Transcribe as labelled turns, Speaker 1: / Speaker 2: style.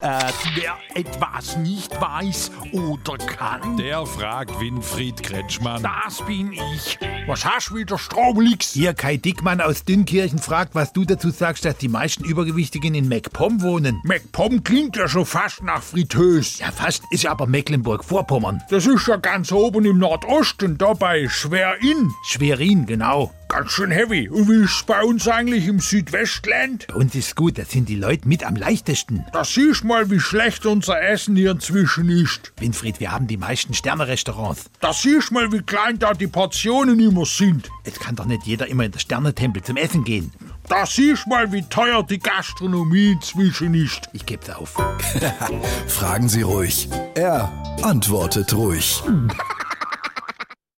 Speaker 1: Äh, wer etwas nicht weiß oder kann,
Speaker 2: Der fragt Winfried Kretschmann.
Speaker 1: das bin ich. Was hast du wieder, Straublix?
Speaker 3: Hier Kai Dickmann aus Dünnkirchen fragt, was du dazu sagst, dass die meisten Übergewichtigen in MacPom wohnen.
Speaker 1: MacPom klingt ja schon fast nach Fritteus.
Speaker 3: Ja, fast ist aber Mecklenburg-Vorpommern.
Speaker 1: Das ist ja ganz oben im Nordosten, dabei schwer in.
Speaker 3: Schwerin, genau.
Speaker 1: Ganz schön heavy. Und wie ist es bei uns eigentlich im Südwestland?
Speaker 3: Bei uns ist gut, da sind die Leute mit am leichtesten.
Speaker 1: Da siehst du mal, wie schlecht unser Essen hier inzwischen ist.
Speaker 3: Winfried, wir haben die meisten Sterne-Restaurants.
Speaker 1: Da siehst du mal, wie klein da die Portionen immer sind.
Speaker 3: Es kann doch nicht jeder immer in den Sternetempel zum Essen gehen.
Speaker 1: Da siehst du mal, wie teuer die Gastronomie inzwischen ist.
Speaker 3: Ich geb's auf.
Speaker 4: Fragen Sie ruhig. Er antwortet ruhig.